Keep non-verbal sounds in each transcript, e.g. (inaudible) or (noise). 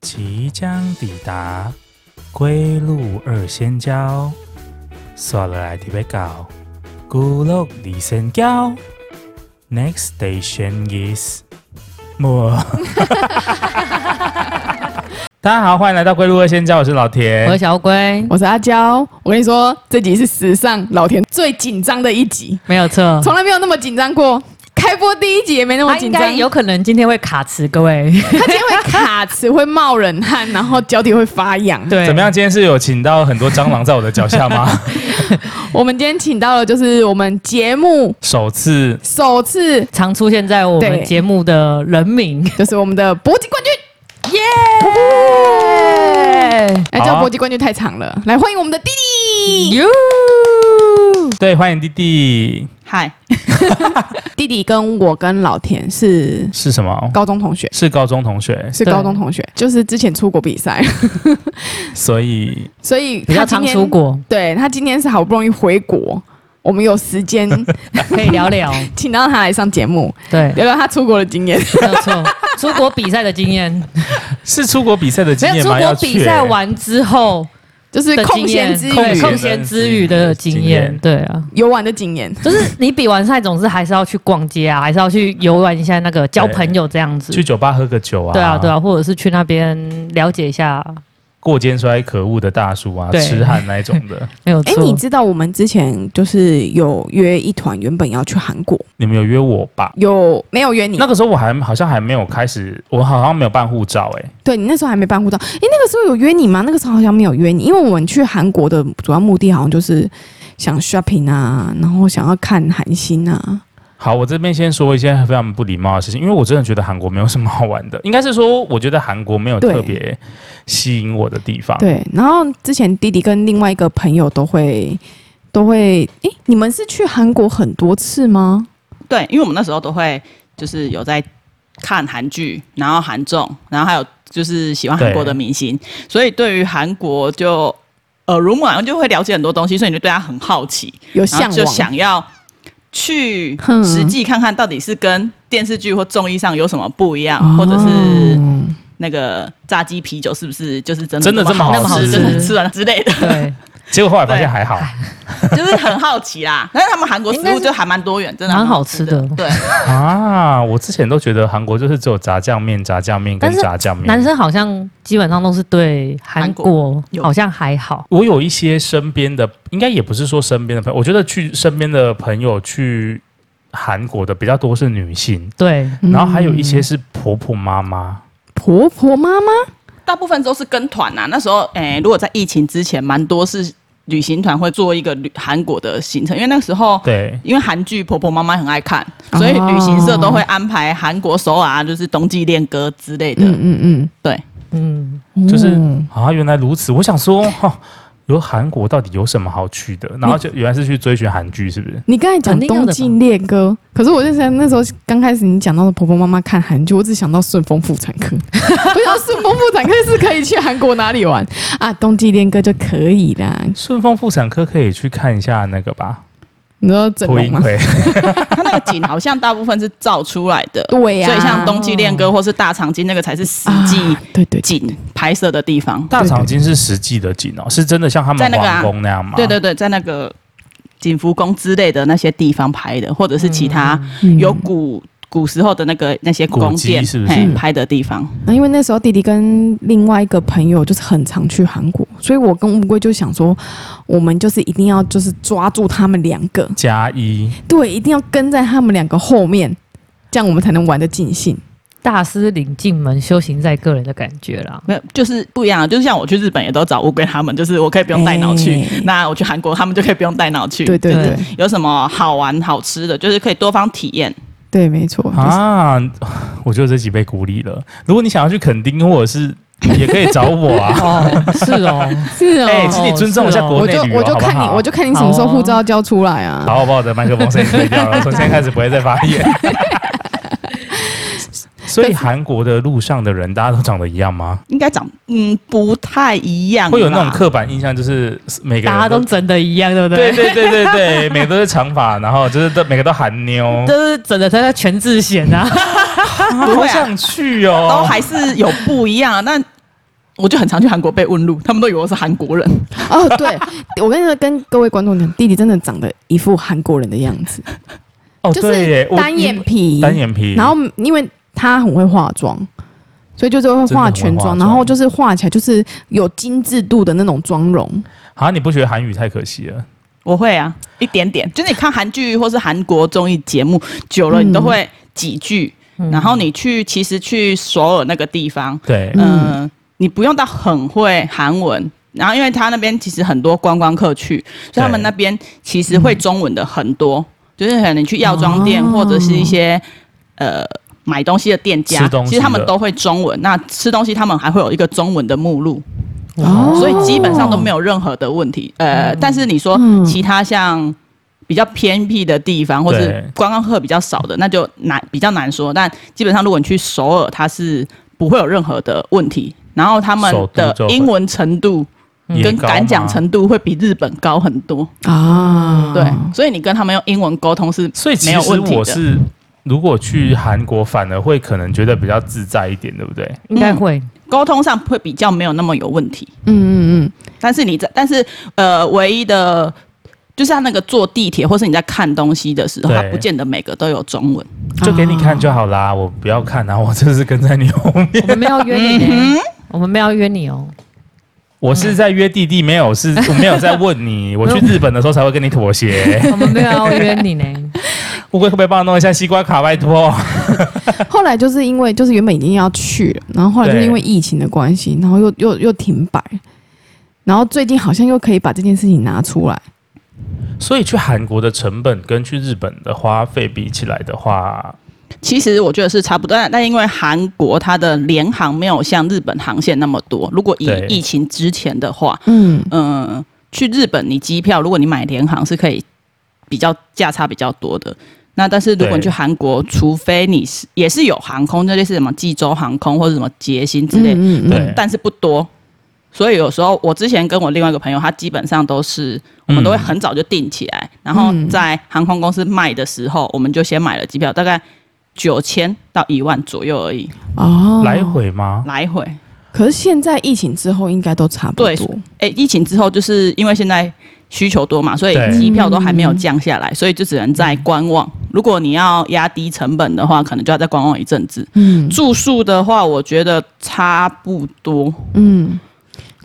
即将抵达归路二仙交，刷了来特别高，孤路二仙交。Next station is 莫。大家好，欢迎来到归路二仙交，我是老田我是。小龟，我是阿娇，我跟你说，这集是史上老田最紧张的一集，没有错。从来没有那么紧张过。开播第一集也没那么他哦应紧该张，有可能今天会卡词，各位。他今天会卡词，会冒冷汗，然后脚底会发痒。 (laughs) (laughs) 对，怎么？样？今天是有请到很多蟑螂在我的脚下 (laughs) 吗？我们今天请到的就是我们节目首次首次，常出现在我们对节目的人名，就是我们的搏击冠军。耶！哎，好叫啊搏击冠军太长了，来欢迎我们的弟弟。哟，对，欢迎弟弟嗨，弟弟跟我跟老田是是什么？高中同学，是高中同学，是对高中同学，就是之前出国比赛，所以所以比较他常今天出国，对他今天是好不容易回国，我们有时 (laughs) 间可以聊聊。请到他来上节目， (laughs) 对，聊聊他出国的经 (laughs) 验。没有错。出国比赛的经验，是出国比赛的经没有验出吗？国要比去赛欸完之后就是的空经闲验，之对余空闲之余的经验，对啊。游玩的经验，就是你比完赛，总是还是要去逛街啊，还是要去游玩一下那个交朋友这样子。去酒吧喝个酒啊，对啊，对啊，或者是去那边了解一下，过肩摔可恶的大叔啊，对痴汉那一种 (laughs) 的，没有哎、错。你知道我们之前就是有约一团，原本要去韩国，你们有约我吧？有没有约你？那个时候我还好像还没有开始，我好像没有办护照哎、对你那时候还没办护照，哎、那个时候有约你吗？那个时候好像没有约你，因为我们去韩国的主要目的好像就是想 shopping 啊，然后想要看韩星啊。好，我这边先说一件非常不礼貌的事情，因为我真的觉得韩国没有什么好玩的，应该是说我觉得韩国没有对特别吸引我的地方。对，然后之前弟弟跟另外一个朋友都会都会，诶，你们是去韩国很多次吗？对，因为我们那时候都会就是有在看韩剧，然后韩综，然后还有就是喜欢韩国的明星，所以对于韩国就耳濡目染，就会了解很多东西，所以你就对他很好奇，有然向往，后啊就想要去嗯实际看看到底是跟电视剧或综艺上有什么不一样，哦或者是那个炸鸡啤酒是不是就是真的真的这么好好吃，吃真的吃完之类的， (laughs) 对，结果后来发现还 (laughs) 好，就是很好奇啦。但是他们韩国食应该物是就还蛮多元，真的蛮好吃吃的对。啊！我之前都觉得韩国就是只有炸酱面、炸酱面跟但是炸酱面。男生好像基本上都是对韩国有好像还好，我有一些身边的，应该也不是说身边的朋友，我觉得去身边的朋友去韩国的比较多是女性，对，嗯然后还有一些是婆婆妈妈。婆婆妈妈，大部分都是跟团呐、那时候，诶、如果在疫情之前，蛮多是旅行团会做一个旅韩国的行程，因为那时候。对，因为韩剧婆婆妈妈很爱看，哦所以旅行社都会安排韩国首尔啊，就是冬季恋歌之类的。嗯嗯对，嗯，嗯，就是嗯啊，原来如此。我想说，哈、 (laughs) 有韩国到底有什么好去的？然后就原来是去追寻韩剧，是不是？你刚才讲肯定要冬的季吧恋歌，可是我就想那时候刚开始你讲到的婆婆妈妈看韩剧，我只想到顺丰妇产 (laughs) 科，我想顺丰妇产科是可以去韩国哪里玩啊？冬季恋歌就可以啦，顺丰妇产科可以去看一下那个吧，你知道整脱容音吗？ (laughs) 葵。它那个景好像大部分是照出来的， (laughs) 对呀、所以像冬季恋歌或是大长今那个才是实际啊嗯对对对景拍摄的地方。大长今是实际的景哦，是真的像他在们那个啊皇宫那样吗？对对对，在那个景福宫之类的那些地方拍的，或者是其他嗯有古、古时候的那个那些古宫迹殿是嗯不是嘿拍的地方。那因为那时候弟弟跟另外一个朋友就是很常去韩国，所以我跟乌龟就想说，我们就是一定要就是抓住他们两个，加一，对，一定要跟在他们两个后面，这样我们才能玩得尽哎兴。大师领进门，修行在个人的感觉啦。没有，就是不一样啊。就是像我去日本也都找乌龟他们，就是我可以不用带脑去。哎那我去韩国，他们就可以不用带脑去。对对对对有什么好玩好吃的，就是可以多方体验。对，没错。就是啊， (sighs) 我觉得这集被孤立了。如果你想要去垦丁，或者是也可以找我啊。 (laughs) 哦，是哦，是哦，哎、请你尊重一下是哦国我内就旅游，我就好不看你，好？我就看你什么时候护照交出来啊。好，我把我的麦克风声音推掉了，从现在开始不会再发言。所以韩国的路上的人，大家都长得一样吗？应该长嗯不太一样啦，会有那种刻板印象，就是每个大家人都整的一样，对不对对？对对对对，每个都是长发，然后就是都每个都韩妞，就是整的他在全智贤啊，啊不好会啊想去哦。都还是有不一样啊。那我就很常去韩国被问路，他们都以为我是韩国人。哦，对，我跟你说，跟各位观众讲，弟弟真的长得一副韩国人的样子，哦，就对是耶，我嗯单眼皮，单眼皮，然后因为他很会化妆，所以就是会化全妆，真的很会化妆然后就是画起来就是有精致度的那种妆容。啊，你不学韩语太可惜了。我会啊，一点点，就是你看韩剧或是韩国综艺节目久了，嗯你都会几句。然后你去，其实去首尔那个地方，对，嗯嗯、你不用到很会韩文。然后，因为他那边其实很多观光客去，所以他们那边其实会中文的很多，就是可能你去药妆店、哦或者是一些呃买东西的店家吃东，西其实他们的都会中文。那吃东西他们还会有一个中文的目录，哦所以基本上都没有任何的问题。呃，但是你说嗯其他像比较偏僻的地方，或是对观光客比较少的，那就难比较难说。但基本上，如果你去首尔，它是不会有任何的问题。然后他们首都的就会英文程度也嗯跟高敢讲吗程度会比日本高很多，啊，对，所以你跟他们用英文沟通是所以没其有实问题我的。是，如果去韩国，反而会可能觉得比较自在一点，对不对？ (laughs) 应该会。沟通上会比较没有那么有问题。嗯嗯但是你在，但是呃，唯一的，就是他那个坐地铁或是你在看东西的时候，对他不见得每个都有中文。嗯，就给你看就好啦，我不要看啊，我就是跟在你后面。 (laughs) 我们没有约你嗯呢，我们没有约你哦。我是在约弟弟，没有是我没有在问你。 (laughs) 我去日本的时候才会跟你妥协。我们没有要约你呢。乌龟可不可以帮我弄一下西瓜卡？拜托。啊。后来就是因为就是原本已经要去了，然后后来就是因为疫情的关系，然后又又又停摆，然后最近好像又可以把这件事情拿出来。所以去韩国的成本跟去日本的花费比起来的话，其实我觉得是差不多，但但因为韩国它的联航没有像日本航线那么多。如果以对疫情之前的话，嗯，嗯、去日本你机票，如果你买联航是可以比较价差比较多的。那但是如果对你去韩国，除非你是也是有航空，那类似什么济州航空或者什么捷星之类的，嗯对但是不多。所以有时候我之前跟我另外一个朋友，他基本上都是我们都会很早就订起来，然后嗯在航空公司卖的时候，我们就先买了机票，大概九千到一万左右而已，哦，来。回吗？来回。可是现在疫情之后应该都差不对多。哎、疫情之后就是因为现在需求多嘛，所以对嗯机票都还没有降下来，所以就只能在观望。如果你要压低成本的话，可能就要再观望一阵子。嗯住宿的话，我觉得差不多，嗯，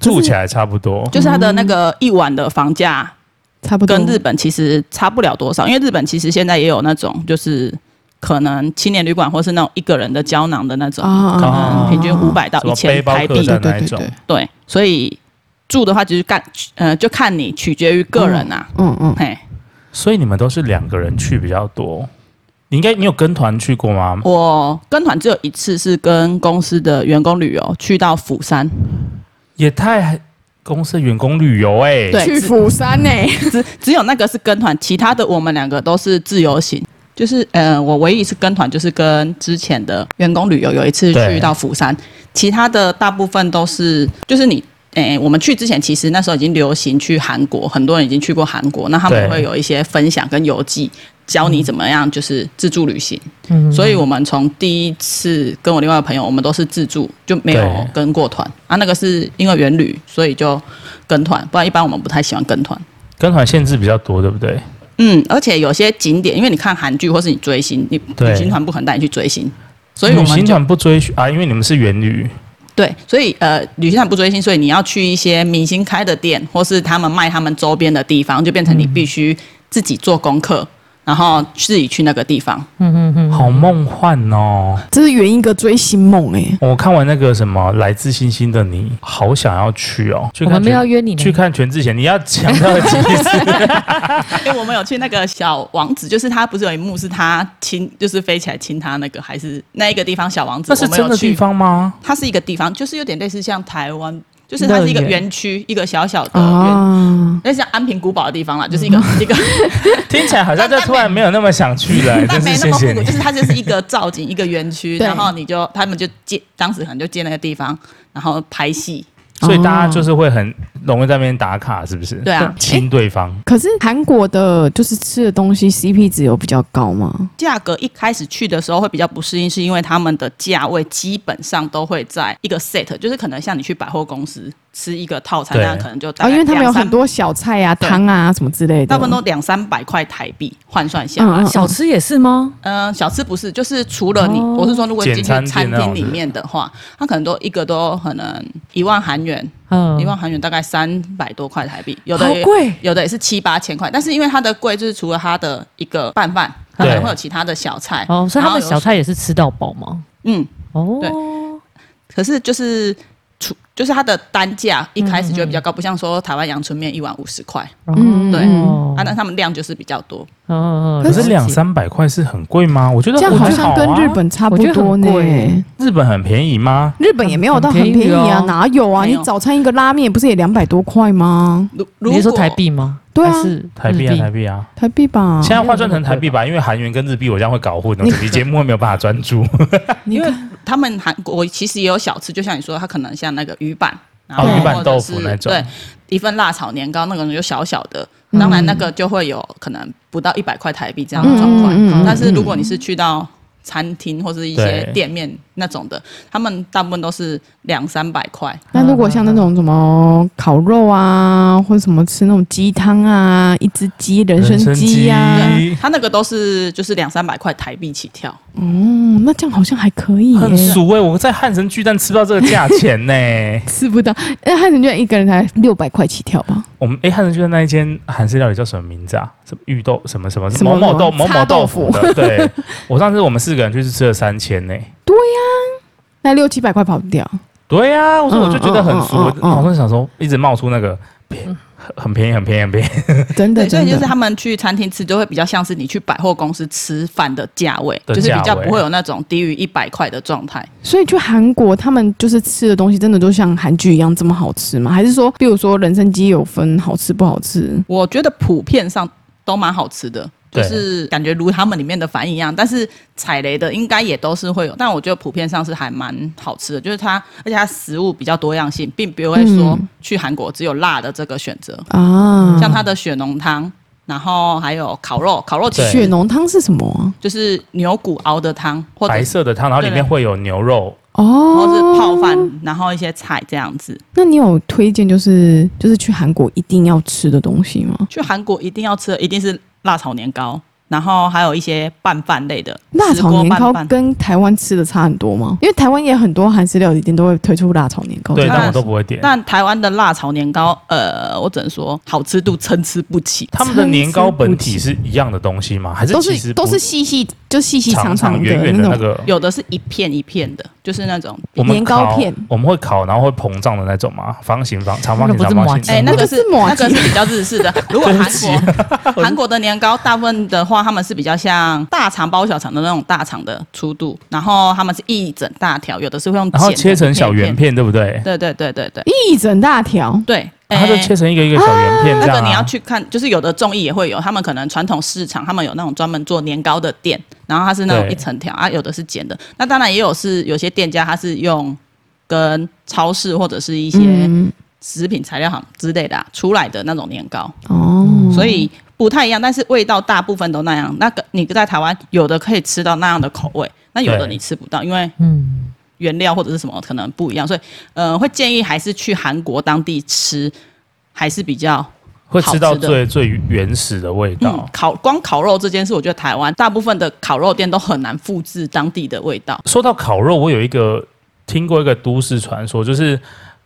住起来差不多。就是它的那个一晚的房价差不多。跟日本其实差不了多少，因为日本其实现在也有那种就是可能青年旅馆或是那种一个人的胶囊的那种，啊可啊能平均五百到什一么背千包台客币，栈对那对一种对，对，所以住的话就是干呃就看你取决于个人啊，嗯嗯，嘿，所以你们都是两个人去比较多。你应该你有跟团去过吗？我跟团只有一次是跟公司的员工旅游去到釜山，也太公司员工旅游哎、对去只釜山呢、欸只只有那个是跟团，其他的我们两个都是自由行。就是呃，我唯一一次跟团就是跟之前的员工旅游，有一次对去到釜山，其他的大部分都是就是你。诶、我们去之前，其实那时候已经流行去韩国，很多人已经去过韩国，那他们对会有一些分享跟游记，教你怎么样就是自助旅行。 (laughs) 嗯，所以我们从第一次跟我另外的朋友，我们都是自助，就没有对跟过团啊。那个是因为远旅，所以就跟团，不然一般我们不太喜欢跟团。跟团限制比较多，对不对？嗯，而且有些景点，因为你看韩剧或是你追星，你对旅行团不可能带你去追星，所以我旅们行就团不追啊，因为你们是原旅，对，所以呃，旅行团不追星，所以你要去一些明星开的店，或是他们卖他们周边的地方，就变成你必须自己做功课，然后自己去那个地方。嗯好梦幻哦！ (laughs) 这是圆一个追星梦哎、我看完那个什么《来自星星的你》，好想要去哦。去我们看没有全约你呢去。看全智贤，你要强调几次？因为哎我们有去那个小王子，就是他不是有一幕是他亲，就是飞起来亲他那个，还是那一个地方小王子，那是我们真有的地去，方吗？它是一个地方，就是有点类似像台湾，就是它是一个乐园园区，一个小小的园啊，那像安平古堡的地方啦，嗯就是一 (laughs) 个、(laughs) 一个，听起来好像就突然没有那么想去了、哎但真没是 (laughs) 谢那么复谢古，你就。是它就是一个造景，一个园 (laughs) 区，对然后你就他们就借，当时可能就借那个地方，然后拍戏，所以大家就是会很容易在那边打卡，是不是？对啊亲对方。可是韩国的就是吃的东西 CP 值有比较高吗？价格一开始去的时候会比较不适应，是因为他们的价位基本上都会在一个 set，就是可能像你去百货公司吃一个套餐，对那可能就大啊，概因为他们有两三很多小菜啊、对汤啊什么之类的，大部分都两三百块台币换算下嗯来嗯。小吃也是吗？嗯，小吃不是，就是除了你，哦我是说，如果简进去餐餐店那种厅里面的话，它可能都一个都可能一万韩元，嗯一、万韩元大概三百多块台币，有好的也贵有的也是七八千块。但是因为它的贵，就是除了它的一个拌饭，它可对能会有其他的小菜。哦，所以他们然后有小菜也是吃到饱吗？嗯，对哦，可是就是除就是它的单价一开始就会比较嗯高，不像说台湾阳春面一碗五十块嗯对哦啊，那他们量就是比较多。嗯嗯嗯可可是是两三百块是很贵吗？我觉得这样我觉好得像跟啊日本差不多呢我觉得很。贵日本很便宜吗？日本也没有到很很便便宜哦宜啊，哪有啊？没你有早餐一个拉面不是也两百多块吗？如如你是说果台币吗？对啊还是台币啊，台币啊。台币吧现？在换算成台币吧，因为韩元跟日币我这样会搞混，我整期节目会没有办法专注。你因为看他们韩国其实也有小吃，就像你说，它可能像那个鱼板，然后哦鱼板或者豆腐是那种对，一份辣炒年糕那种就小小的，嗯当然那个就会有可能不到一百块台币这样的状况。嗯嗯嗯嗯但是如果你是去到餐厅或是一些对店面那种的，他们大部分都是两三百块。那如果像嗯那种什么烤肉啊，或者什么吃那种鸡汤啊，一只鸡 (laughs) 人参鸡啊，咦他那个都是就是两三百块台币起跳，哦，那这样好像还可以很耶，熟哎、我在汉神巨蛋吃不到这个价钱呢、 (laughs) 吃不到。那汉人卷一个人才六百块起跳吧？我们哎，汉神巨蛋那一间韩式料理叫什么名字啊？什么芋豆什么什么什么某某豆什某么某豆腐的？对， (laughs) 我上次我们四个人去是吃了三千呢、那六七百块跑不掉。对呀、我说嗯我就觉得很熟，嗯我嗯嗯嗯嗯好像想说一直冒出那个便很很便宜很便宜很便宜。真的，对，所以真就的是他们去餐厅吃，就会比较像是你去百货公司吃饭的价位，的就是比价较位不会有那种低于一百块的状态。所以去韩国，他们就是吃的东西真的就像韩剧一样这么好吃吗？还是说，比如说人参鸡有分好吃不好吃？我觉得普遍上都蛮好吃的，就对是感觉如他们里面的反应一样，但是踩雷的应该也都是会有，但我觉得普遍上是还蛮好吃的，就是它，而且它食物比较多样性，并不会说嗯去韩国只有辣的这个选择，啊，像它的血浓汤，然后还有烤肉，烤肉其对血实浓汤是什么就是牛骨熬的汤，哦或者白是色的汤，然后里面对会有牛肉，啊？哦，或是泡饭，然后一些菜这样子。那你有推荐就是就是去韩国一定要吃的东西吗？去韩国一定要吃的一定是辣炒年糕，然后还有一些拌饭类的，辣石炒锅年拌糕饭跟台湾吃的差很多吗？因为台湾也很多韩式料理店都会推出辣炒年糕这对，样。但我都不会点。但台湾的辣炒年糕，呃，我只能说好吃度参差不齐。他们的年糕本体是一样的东西吗？还是都其是实都不是细细就细细长长圆的圆那那种个？有的是一片一片的，就是 (laughs) 那种，我们年糕烤片我们会烤，然后会膨胀的那种嘛，方形方长方形长那不是方麻形。糬哎、那那个个是是抹那个吉是比较日 (laughs) 式的。如果对不韩起 (laughs) 国韩国的年糕，大部分的话，他们是比较像大肠包小肠的那种大肠的粗度，然后他们是一整大条，有的是会用然后剪的切成小圆一片，对不对一片。？对对对对对一整大条，对，哎啊它就切成一个一个小圆片这那样个你要啊。去看，就是有的综艺也会有，他们可能传统市场，他们有那种专门做年糕的店，然后它是那种对一层条啊，有的是剪的。那当然也有是有些店家他是用跟超市或者是一些嗯食品材料行之类的、啊、出来的那种年糕，哦，所以不太一样，但是味道大部分都那样。那个你在台湾有的可以吃到那样的口味，那有的对你吃不到，因为嗯，原料或者是什么可能不一样，所以呃会建议还是去韩国当地吃，还是比较会吃到好吃的最最原始的味嗯道，。烤光烤肉这件事，我觉得台湾大部分的烤肉店都很难复制当地的味道。说到烤肉，我有一个听过一个都市传说，就是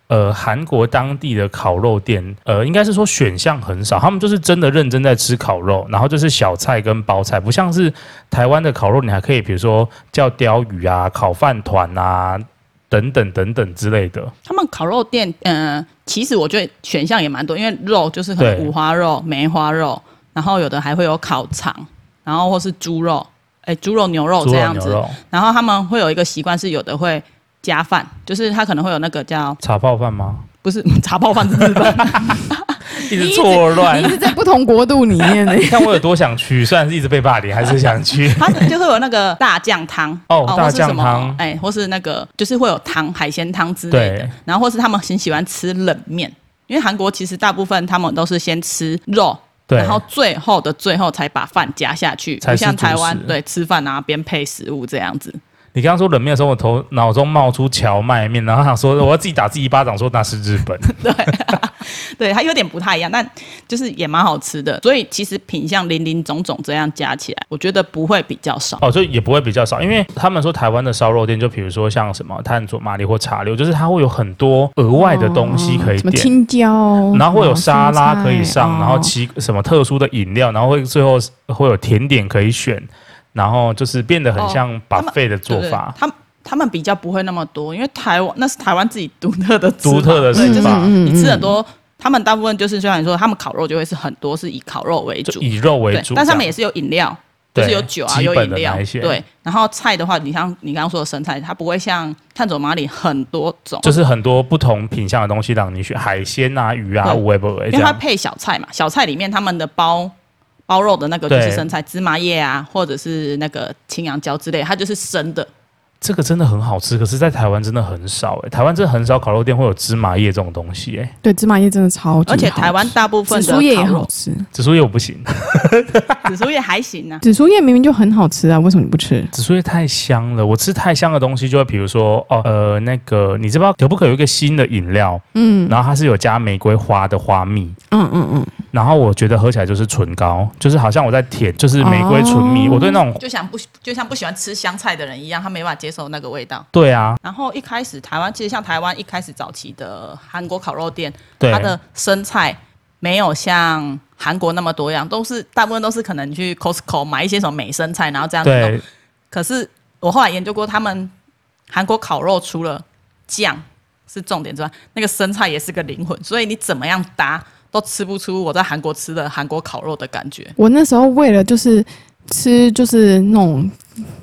呃，韩国当地的烤肉店，呃，应该是说选项很少，他们就是真的认真在吃烤肉，然后就是小菜跟包菜，不像是台湾的烤肉，你还可以比如说叫鲷鱼啊、烤饭团啊等等等等之类的。他们烤肉店，嗯、其实我觉得选项也蛮多，因为肉就是可能对五花肉、梅花肉，然后有的还会有烤肠，然后或是猪肉，哎，猪肉、牛肉猪这肉、样牛子。肉、然后他们会有一个习惯是有的会加饭，就是他可能会有那个叫 (laughs) 茶泡饭吗？ (laughs) 不是茶泡饭是日本，一直错乱你一。直在不同国度里面呢、你看我有多想去，虽然是一直被霸凌，还是想 (laughs) 去。它就是会有那个大酱汤哦或是大酱什么汤哎、或是那个就是会有汤海鲜汤之类的对，然后或是他们很喜欢吃冷面，因为韩国其实大部分他们都是先吃肉。对然后最后的最后才把饭夹下去，才不是像台主湾食对吃饭啊边配食物这样子。你刚刚说冷面的时候，我头脑中冒出荞麦面，然后想说我要自己打自己一巴掌，说那是日本。 (laughs) 对，它有点不太一样，但就是也蛮好吃的。所以其实品相林林总总这样加起来，我觉得不会比较少。哦，就也不会比较少，因为他们说台湾的烧肉店，就比如说像什么探索马里或茶六，就是它会有很多额外的 (laughs) 东西哦可以哦什么点，青椒，啊然后会有沙拉可以上，哦然后其什么特殊的饮料，然后会最后会有甜点可以选，然后就是变得很哦像他们 buffet 的做对法。他们他们比较不会那么多，因为台湾那是台湾自己独特的吃法独特的对吃就是法嗯嗯你吃很多，他们大部分就是虽然说他们烤肉就会是很多是以烤肉为就主，以肉为对主，，但是他这样们也是有饮料，就对是有酒啊，基有本饮的料那一，些对。然后菜的话，你像你刚刚说的生菜，它不会像碳走马里很多种，就是很多不同品相的东西让你选，海鲜啊、鱼啊、对无为不为因这为它样。配小菜嘛，小菜里面他们的包包肉的那个就是对生菜、芝麻叶啊，或者是那个青阳椒之类，它就是生的。这个真的很好吃，可是，在台湾真的很少哎、台湾真的很少烤肉店会有芝麻叶这种东西哎、对芝麻叶真的超级好而吃，且台湾大部分紫的苏叶也烤好肉，吃，紫苏叶我不行，紫苏叶还行啊。紫苏叶明明就很好吃啊，为什么你不吃？ (laughs) 紫苏叶太香了，我吃太香的东西就会，比如说哦，呃，那个你知不知道可不可有一个新的饮料，嗯然后它是有加玫瑰花的花蜜，嗯嗯嗯，然后我觉得喝起来就是唇膏，就是好像我在舔，就是玫瑰唇蜜，哦我对那种就像不就像不喜欢吃香菜的人一样，他没办法接受那个味道。对啊，然后一开始台湾其实像台湾一开始早期的韩国烤肉店，对它的生菜没有像韩国那么多样，都是大部分都是可能去 Costco 买一些什么美生菜，然后这样子弄。对可是我后来研究过，他们韩国烤肉除了酱是重点之外，那个生菜也是个灵魂，所以你怎么样搭都吃不出我在韩国吃的韩国烤肉的感觉。我那时候为了就是吃就是那种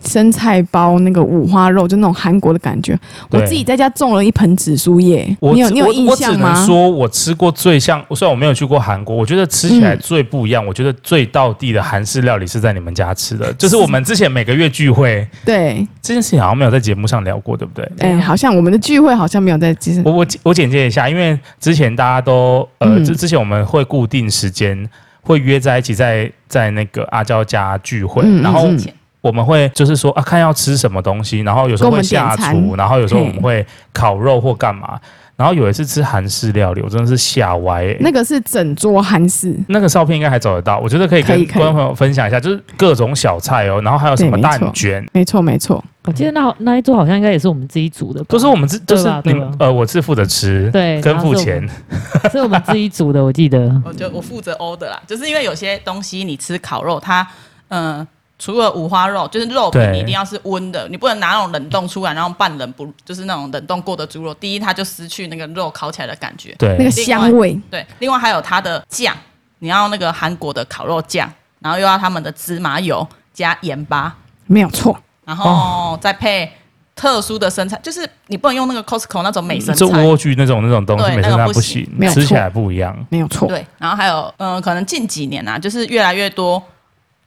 生菜包那个五花肉，就那种韩国的感觉，我对自己在家种了一盆紫苏叶，我你有只你有我印我只象吗能？说，我吃过最像，虽然我没有去过韩国，我觉得吃起来嗯最不一样，我觉得最到地的韩式料理是在你们家吃的，就是我们之前每个月聚会对，这件事情，好像没有在节目上聊过，对不对？啊哎、好像我们的聚会好像没有在，其实我我我简介一下，因为之前大家都呃，嗯之、之前我们会固定时间会约在一起在，在那个阿娇家聚会，嗯嗯然后嗯我们会就是说啊，看要吃什么东西，然后有时候跟会我们点下餐厨，然后有时候我们嘿会烤肉或干嘛。然后有一次吃韩式料理，我真的是吓歪、欸。那个是整桌韩式，那个照片应该还找得到，我觉得可以可跟以可以观众朋友分享一下，就是各种小菜哦，然后还有什对么没蛋错卷，没错没错，我记得那那一桌好像应该也是我们自己煮的吧，都是我们自就是对吧你对们吧呃，我是负责吃，对跟然付后是我们钱， (laughs) 是我们自己煮的，我记得。我哦就我负责 order 啦，就是因为有些东西你吃烤肉，它嗯、呃除了五花肉，就是肉对品你一定要是温的，你不能拿那种冷冻出来，然后半冷不就是那种冷冻过的猪肉，第一它就失去那个肉烤起来的感觉，对，那个香味，对，另外还有它的酱，你要那个韩国的烤肉酱，然后又要他们的芝麻油加盐巴，没有错，然哦后再配特殊的生菜，就是你不能用那个 Costco 那种美生嗯这菜，莴苣那种那种东西，对美那生个菜不不行行没，有吃起错来不一样。没有错，对，然后还有，嗯、可能近几年啊，就是越来越多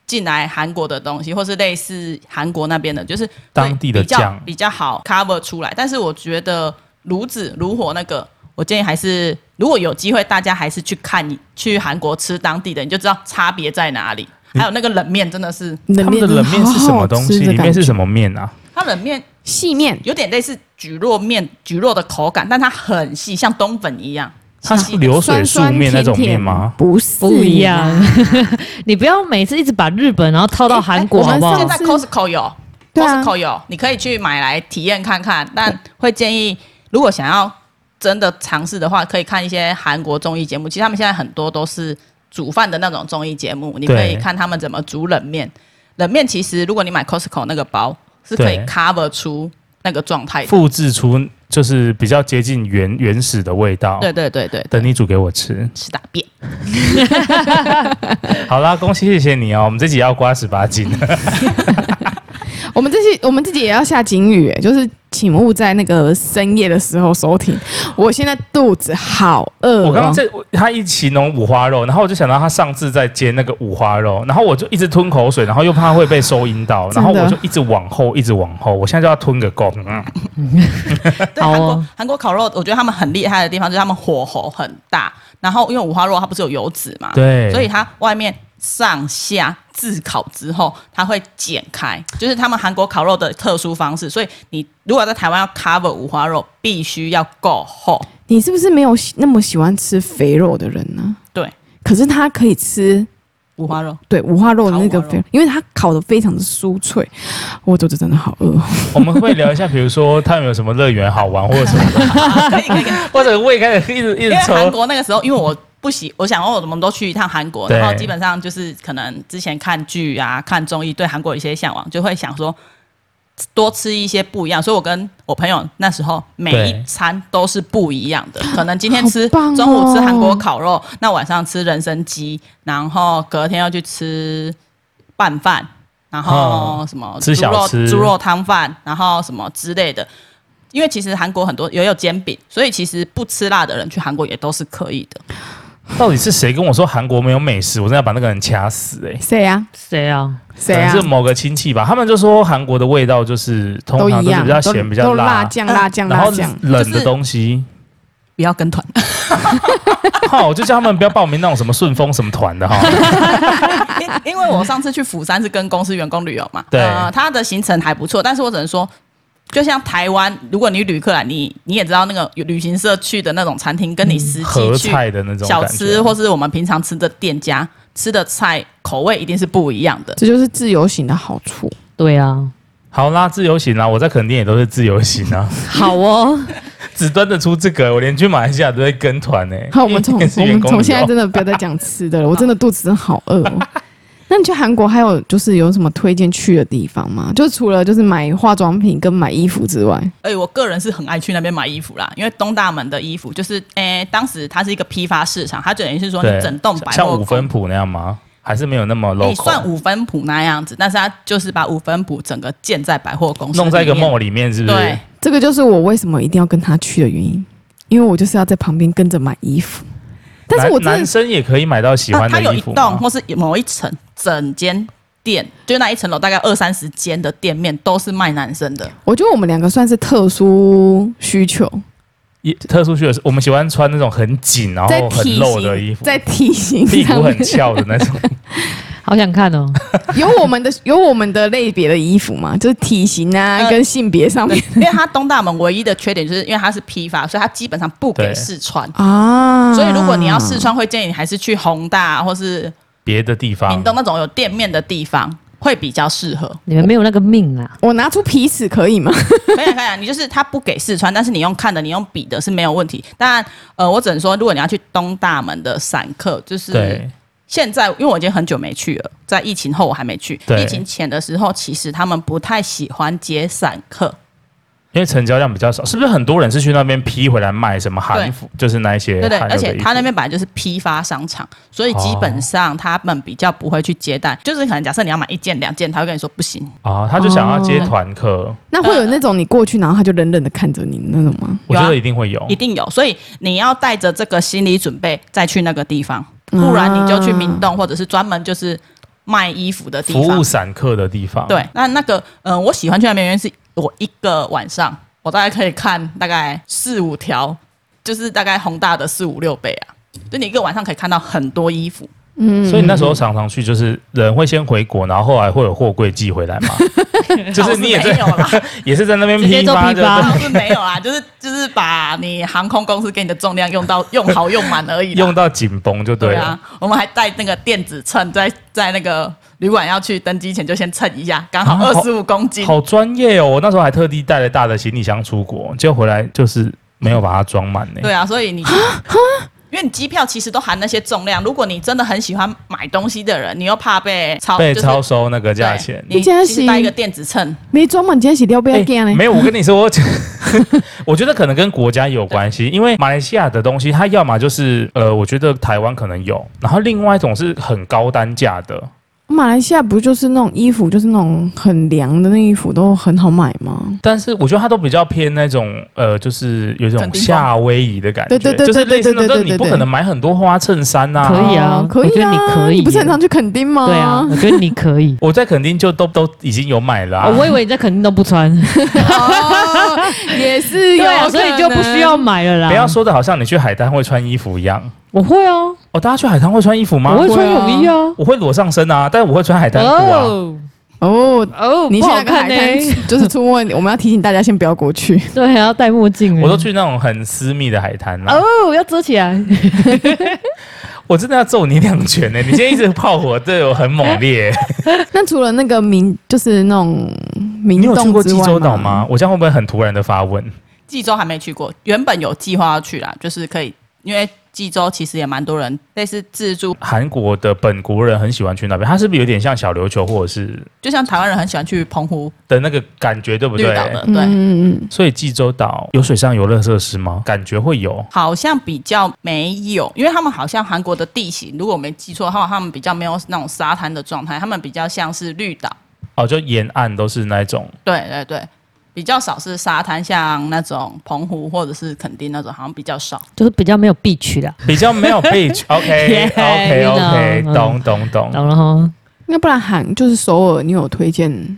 进来韩国的东西，或是类似韩国那边的，就是当地的比较酱比较好 cover 出来。但是我觉得炉子、炉火那个，我建议还是如果有机会，大家还是去看去韩国吃当地的，你就知道差别在哪里。嗯还有那个冷面真的是，他们的冷面是什么 (laughs) 东西？里面是么？什么面啊？它冷面细面，有点类似蒟蒻面、蒟蒻的口感，但它很细，像冬粉一样。它细是细的流水酸素酸面甜那甜，种面吗？不是，不一样。你不要每次一直把日本然后套到韩国哎哎好不我好现们？在是 Costco 有、对 c o s 啊 t c o 有，你可以去买来体验看看。但会建议，如果想要真的尝试的话，可以看一些韩国综艺节目。其实他们现在很多都是煮饭的那种综艺节目，你可以对看他们怎么煮冷面。冷面其实如果你买 Costco 那个包，是可以对 cover 出那个状态的。复制出就是比较接近原原始的味道。对对对对，对等你煮给我吃。吃大便。 (laughs) 好啦，恭喜谢谢你哦，我们这集要刮十八斤。我们这些我们自己也要下警语，哎就是请勿在那个深夜的时候收听。我现在肚子好饿、哦，我刚刚在我他一起弄五花肉，然后我就想到他上次在煎那个五花肉，然后我就一直吞口水，然后又怕会被收音 (laughs) 到，真然后的我就一直往后，一直往后，我现在就要吞个够。嗯对好哦韩国韩国烤肉，我觉得他们很厉害的地方就是他们火候很大，然后因为五花肉它不是有油脂嘛，对所以 (laughs) 它外面上下炙烤之后，它会剪开，就是他们韩国烤肉的特殊方式。所以你如果在台湾要 cover 五花肉，必须要够厚。你是不是没有喜那么喜欢吃肥肉的人呢？对，可是他可以吃五花肉对五花肉的那烤个五花肉肥，因为它烤的非常的酥脆。我肚子真的好饿哦， (laughs) 我们会聊一下，比如说他们有什么乐园好玩，或者什 (laughs) 么，可以可以可以，或者胃开始一直一直因为韩抽。国那个时候，因为我。不喜，我想哦，我们都去一趟韩国，对然后基本上就是可能之前看剧啊、看综艺，对韩国有一些向往，就会想说多吃一些不一样。所以我跟我朋友那时候每对一餐都是不一样的，可能今天好吃、棒哦中午吃韩国烤肉，那晚上吃人参鸡，然后隔天要去吃拌饭，然后嗯什么吃哦猪小肉吃猪肉汤饭，然后什么之类的。因为其实韩国很多也有煎饼，所以其实不吃辣的人去韩国也都是可以的。到底是谁跟我说韩国没有美食？我真的要把那个人掐死哎、欸！谁呀、谁啊？谁可呀、能是某个亲戚吧，他们就说韩国的味道就是通都常一都是样，比较咸、比较都辣辣，酱、辣酱、然辣后酱。冷的东西。哦不要跟团，哈，我就叫他们不要报名那种什么顺风什么团 (laughs) 的哈。因因为我上次去釜山是跟公司员工旅游嘛，对呃，他的行程还不错，但是我只能说，就像台湾，如果你旅客来，你你也知道那个旅行社去的那种餐厅，跟你实际嗯合去菜的那种小感觉吃，或是我们平常吃的店家吃的菜口味一定是不一样的。这就是自由行的好处。对啊，好啦，自由行啊，我在垦丁也都是自由行啊， (laughs) 好哦，只端得出这个，我连去马来西亚都会跟团呢、欸。 (laughs) 好，(laughs) 我们从因为是我员们工从旅现在游真的不要再讲吃的了，我真的肚子真的好饿、哦。 (laughs) 那你去韩国还有就是有什么推荐去的地方吗？就除了就是买化妆品跟买衣服之外，哎、我个人是很爱去那边买衣服啦，因为东大门的衣服就是，哎、当时它是一个批发市场，它就等于是说你对整栋百货像五公分埔那样吗？还是没有那么你算 local？五分埔那样子，但是它就是把五分埔整个建在百货公司，弄在一个。梦里面是不是对？这个就是我为什么一定要跟他去的原因，因为我就是要在旁边跟着买衣服。但是男我真男的生也可以买到喜欢它的有衣一服栋吗？或是某一层整间店，就那一层楼大概二三十间的店面都是卖男生 (laughs) 的。我觉得我们两个算是特殊需求，哦也特殊需求是，我们喜欢穿那种很紧然在后很体露的衣型服，在体 (laughs) 型屁上股很 (laughs) 面翘的那 (laughs) 种。好想看哦。有我们的 (laughs) 有我们的类别的衣服吗？就是体型啊呃跟性别上对面，因为它东大门唯一的缺点就是因为它是批发，所以它基本上不给对试穿。啊。所以如果你要试穿，会建议你还是去宏大或是别的地方屏，东那种有店面的地方会比较适合。 (laughs) 你们没有那个命啊，我拿出皮尺可 (laughs) 以吗？可以啊可以啊，你就是他不给试穿，但是你用看的，你用比的是没有问题。当然，呃，我只能说，如果你要去东大门的散客，就是对现在，因为我已经很久没去了，在疫情后我还没去。对疫情前的时候，其实他们不太喜欢接散客，因为成交量比较少，是不是很多人是去那边批回来卖什么韩服，就是那一些对不对？韩而流的且衣服他那边本来就是批发商场，所以基本上他们比较不会去接待。就是可能假设你要买一件两件，他会跟你说不行。啊，他就想要接团客，哦那会有那种你过去，然后他就冷冷的看着你那种吗？我觉有啊得一定会有一。定有，所以你要带着这个心理准备再去那个地方，不然你就去明洞或者是专门就是卖衣服的地服务方。散客的地方，对，那那个嗯、呃我喜欢去那边，原因是我一个晚上我大概可以看大概四五条，就是大概宏大的四五六倍啊，就你一个晚上可以看到很多衣服。嗯所以那时候常常去，就是人会先回国，然后后来会有货柜寄回 (laughs) 来嘛， (laughs) 就是你也没 (laughs) 在有啦，也是在那边直接批做发批的发，倒是没有啦，就是就是把你航空公司给你的重量用到用好用满而已啦。用到紧绷就对对了啊。，我们还带那个电子秤，在在那个旅馆要去登机前就先称一下，刚好啊好二十五公斤。好专业哦！我那时候还特地带了大的行李箱出国，结果回来就是没有把它装满呢。对啊，所以你。因为你机票其实都含那些重量，如果你真的很喜欢买东西的人，你又怕被超被啊就是超收那个对价钱。你这样其实行带一个电子秤，没装满，今天洗掉不要啊哎干嘞。没有，我跟你说，我我觉得可能跟国家有关系，因为马来西亚的东西，它要么就是呃，我觉得台湾可能有，然后另外一种是很高单价的，马来西亚不就是那种衣服，就是那种很凉的那衣服都很好买吗？但是我觉得它都比较偏那种呃，就是有一肯种定风夏威夷的感觉，对对对就是对对类似那对对种，对你不对可能买很多花衬衫呐、。可以啊哦可以我觉得啊，你可以你不是耶很常去垦丁吗？对啊，我觉得你可以我在垦丁就都都已经有买 (laughs) 了、啊哦我以为你在肯定都不 (laughs) 穿，哦， (laughs) 也是有对可能，啊，所以就不需要买了啦。不要说的好像你去海滩会穿衣服一样。我会啊，哦，大家去海滩会穿衣服吗？我会会穿啊泳衣啊。我会裸上身啊，但是我会穿海滩裤啊。哦哦。哦，你不现好在跟看海呢、 (laughs) 滩 (laughs) 就是出问题，我们要提醒大家先不要过去。对，还要戴墨镜欸。我都去那种很私密的海滩啊，哦，要遮起来。我真的要揍你两拳欸呢、你今天一直炮火对我很猛烈、那除了那个明，就是那种明你有去洞过之济外州岛吗？？我这样会不会很突然的发问？济州还没去过，原本有计划要去啦，就是可以，因为济州其实也蛮多人类似自助，韩国的本国人很喜欢去那边，它是不是有点像小琉球或者是就像台湾人很喜欢去澎湖的那个感觉，对不绿对？岛的，嗯对，嗯嗯，所以济州岛有水上游乐设施吗？感觉会有。好像比较没有，因为他们好像韩国的地形，如果我没记错的话，他们比较没有那种沙滩的状态，他们比较像是绿岛，哦，就沿岸都是那种对对对，比较少是沙滩，像那种澎湖或者是垦丁那种，好像比较少。 (laughs) 就是比较没有必取的，比较没有 beach。OK OK Yeah, OK， you know，懂懂懂。懂了哈。那不然韩就是首尔，你有推荐？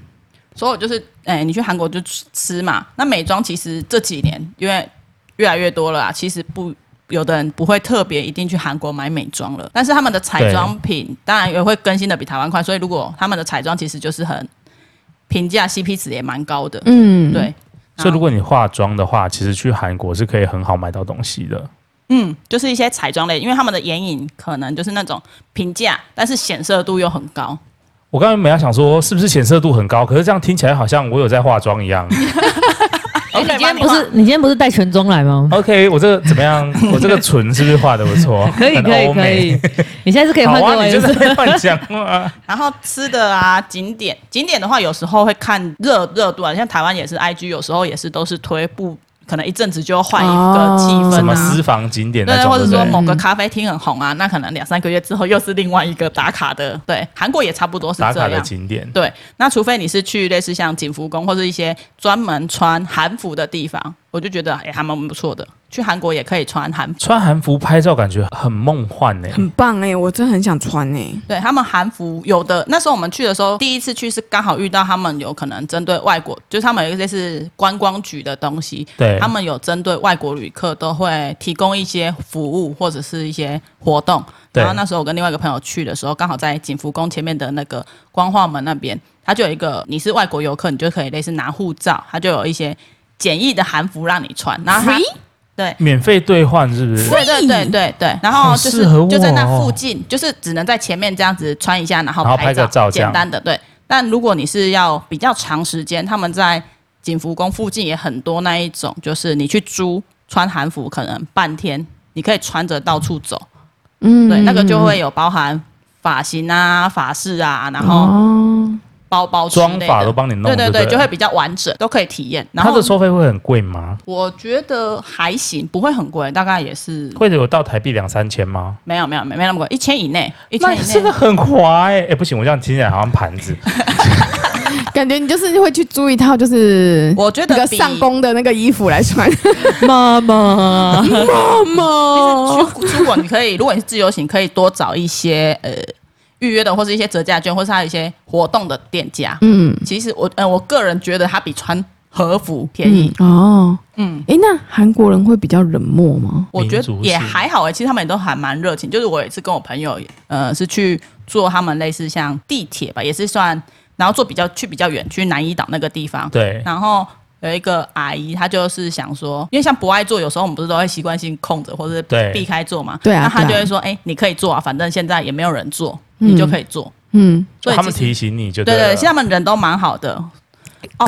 所以我就是，哎、你去韩国就吃吃嘛。那美妆其实这几年因为越来越多了啊，其实不。有的人不会特别一定去韩国买美妆了，但是他们的彩妆品当然也会更新的比台湾快，所以如果他们的彩妆其实就是很平价，CP 值也蛮高的，嗯，对。所以如果你化妆的话，其实去韩国是可以很好买到东西的。嗯，就是一些彩妆类，因为他们的眼影可能就是那种平价，但是显色度又很高。我刚才本来想说是不是显色度很高，可是这样听起来好像我有在化妆一样。哦 OK 哎你今吗天不画是你今天不是带全妆来吗？ OK，我这个怎么样？我这个唇是不是画的不错？可以很可以欧可美。以，你现在是可以换好给啊，我你就颜是色。在乱讲话。然后吃的啊，景点景点的话，有时候会看热热度啊，像台湾也是 IG，有时候也是都是推不，可能一阵子就要换一个气什氛么啊。私房景点对那对，种，或者对不说对？某个咖啡厅很红啊，那可能两三个月之后又是另外一个打卡的。对，韩国也差不多是打这卡的样。景点。对，那除非你是去类似像景福宫或是一些专门穿韩服的地方，我就觉得哎、还蛮不错的。去韩国也可以穿韩服，穿韩服拍照感觉很梦幻呢、很棒哎、我真的很想穿哎、对他们韩服有的，那时候我们去的时候，第一次去是刚好遇到他们有可能针对外国，就是他们有一些是观光局的东西，对，他们有针对外国旅客都会提供一些服务或者是一些活动。对然后那时候我跟另外一个朋友去的时候，刚好在景福宫前面的那个光化门那边，它就有一个你是外国游客，你就可以类似拿护照，它就有一些简易的韩服让你穿，然后它 Free？对。免费兑换是不是？对对对对对，然好后就适是合我就在那附哦近，就是只能在前面这样子穿一下，然后然后拍拍个照这样简单的对。但如果你是要比较长时间，他们在景福宫附近也很多那一种，就是你去租穿韩服，可能半天你可以穿着到处走，嗯，对，那个就会有包含发型啊、发饰啊，然后哦，包包之妆类法的都帮你弄，对对对，了就会。比较完整，都可以体验。然它后的收费会很贵吗？我觉得还行，不会很贵，大概也是会有到台币两三千吗？没有没有没没那么贵，一千以内，一那千以真内的。很滑哎、哎、不行，我这样听起来好像盘 (laughs) 子。感觉你就是会去租一套就是我觉那得个比上工的那个衣服来穿。妈 (laughs) 妈，妈其妈，实出出国你可以，如果你是自由行，可以多找一些呃预约的，或是一些折价券，或是它有一些活动的店家。嗯，其实我呃我个人觉得它比穿和服便宜嗯，哦，嗯。诶，那韩国人会比较冷漠吗？我觉民得族也性还好哎、其实他们也都还蛮热情。就是我也是跟我朋友，呃，是去坐他们类似像地铁吧，也是算，然后坐比较去比较远，去南怡岛那个地方。对，然后有一个阿姨，她就是想说，因为像不爱坐，有时候我们不是都会习惯性空着或者对是避开坐嘛。对啊那她对啊就会说，哎、你可以坐啊，反正现在也没有人坐，嗯你就可以坐。嗯，所以他们其实提醒你就对了对，像他们人都蛮好的。哦，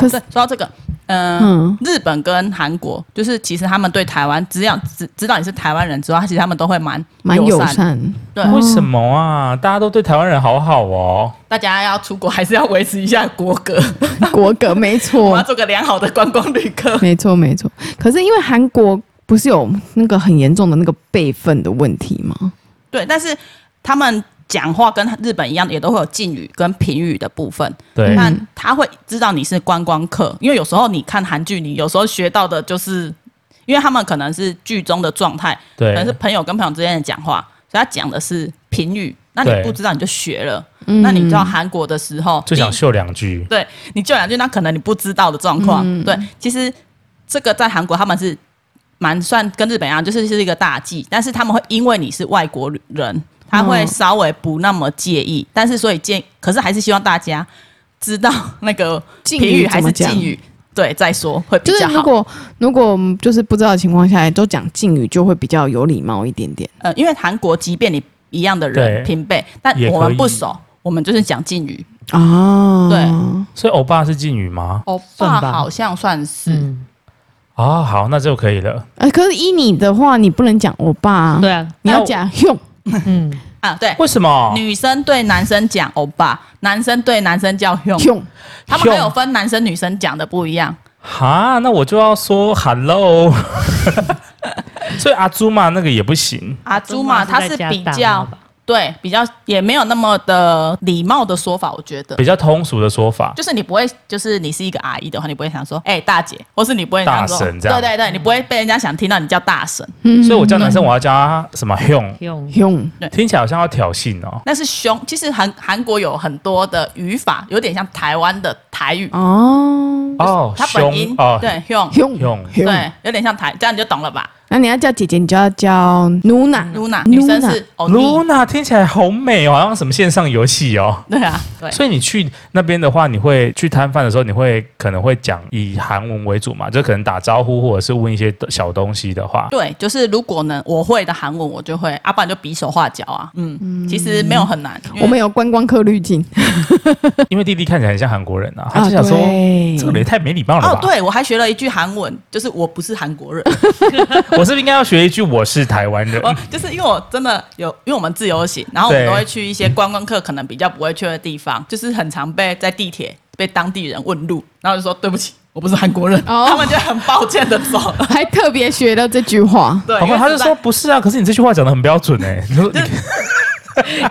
可对，是说到这个，嗯嗯，日本跟韩国，就是其实他们对台湾，只要知知道你是台湾人之后，他其实他们都会蛮蛮友友善。对，嗯为什么啊？大家都对台湾人好好哦。大家要出国还是要维持一下国格，国格没 (laughs) 我们错，要做个良好的观光旅客。没错，没错。可是因为韩国不是有那个很严重的那个辈分的问题吗？对，但是他们讲话跟日本一样，也都会有敬语跟评语的部分。对嗯那他会知道你是观光客，因为有时候你看韩剧，你有时候学到的就是，因为他们可能是剧中的状态，可能是对朋友跟朋友之间的讲话，所以他讲的是评语。那你对不知道你就学了，嗯那你到韩国的时候，就想你秀两句，对你就两句，那可能你不知道的状况。嗯对，其实这个在韩国他们是蛮算跟日本一样，就是是一个大忌，但是他们会因为你是外国人，他会嗯稍微不那么介意，但是所以建，可是还是希望大家知道那个敬评语怎还是么讲敬？语，对，再说会比就较是如好。果如果就是不知道的情况下都讲敬语，就会比较有礼貌一点点。呃，因为韩国即便你一样的对人平辈，但也我可们以不熟，我们就是讲敬语。哦，对所以欧巴是敬语吗？欧巴算吧好像算是，嗯，啊，好，那就可以了。呃，可是依你的话，你不能讲欧巴、啊，对啊，你要讲用嗯，啊，对。为什么？女生对男生讲欧巴，男生对男生叫 (laughs) h 用，他们还有用分男生女生讲的不一样。哈，那我就要说 hello。所以阿朱嘛，那个也不行。阿朱嘛，啊他是在家比打较嘛对比较也没有那么的礼貌的说法，我觉得比较通俗的说法，就是你不会，就是你是一个阿姨的话，你不会想说哎、大姐，或是你不会想说大婶这样对对对，你不会被人家想听到你叫大婶，嗯所以我叫男生我要叫他什么 hung，用用，听起来好像要挑衅哦。那是凶。其实韩韩国有很多的语法，有点像台湾的台语，哦，哦，它本音凶哦，对凶。用用对，有点像台，这样你就懂了吧那你要叫姐姐，你就要叫露娜， ？Luna，女生是欧尼， ，Luna 听起来好美哦，好像什么线上游戏哦。对啊，对，所以你去那边的话，你会去摊贩的时候，你会可能会讲以韩文为主嘛，就可能打招呼或者是问一些小东西的话，对，就是如果呢，我会的韩文我就会，啊，不然就比手画脚啊。嗯，其实没有很难。因为我们有观光客滤镜因为弟弟看起来很像韩国人啊，他啊，就想说、对这个人也太没礼貌了哦，吧？对，我还学了一句韩文，就是我不是韩国人， (laughs) 我是不是应该要学一句我是台湾人？我就是因为我真的有，因为我们自由行，然后我们对都会去一些观光客可能比较不会去的地方，就是很常被在地铁被当地人问路，然后就说对不起，我不是韩国人，哦他们就很抱歉的走了。还特别学了这句话， (laughs) 对，好因吧，为他就实在说不是啊，可是你这句话讲的很标准 (laughs) 哎、你说你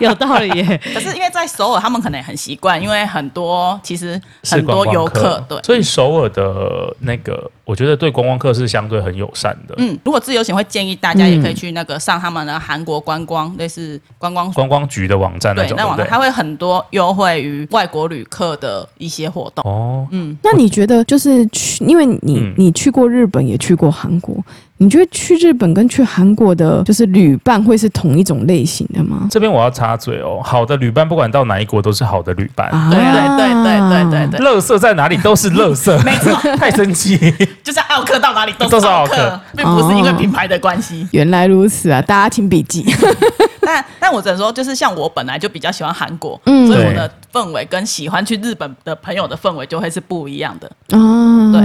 (laughs) 有道理耶， (laughs) 可是因为在首尔，他们可能也很习惯，因为很多其实很多观光游客客对。所以首尔的那个，我觉得对观光客是相对很友善的。嗯，如果自由行会建议大家也可以去那个上他们的韩国观光，类似观光观光局的网站嗯那对种，那对不网对上它会很多优惠于外国旅客的一些活动。哦，嗯，那你觉得就是去，因为你、嗯你去过日本，也去过韩国，你觉得去日本跟去韩国的，就是旅伴会是同一种类型的吗？这边我要插嘴哦，好的旅伴不管到哪一国都是好的旅啊伴，对对对对对对对，乐色在哪里啊都是乐色，没错， (laughs) 太生气。就像奥克到哪里都都是是奥奥克哦克，并不是因为品牌的关系。原来如此啊！大家请笔记。 (laughs) 但但我只能说，就是像我本来就比较喜欢韩国，嗯所以我的氛围跟喜欢去日本的朋友的氛围就会是不一样的。啊，对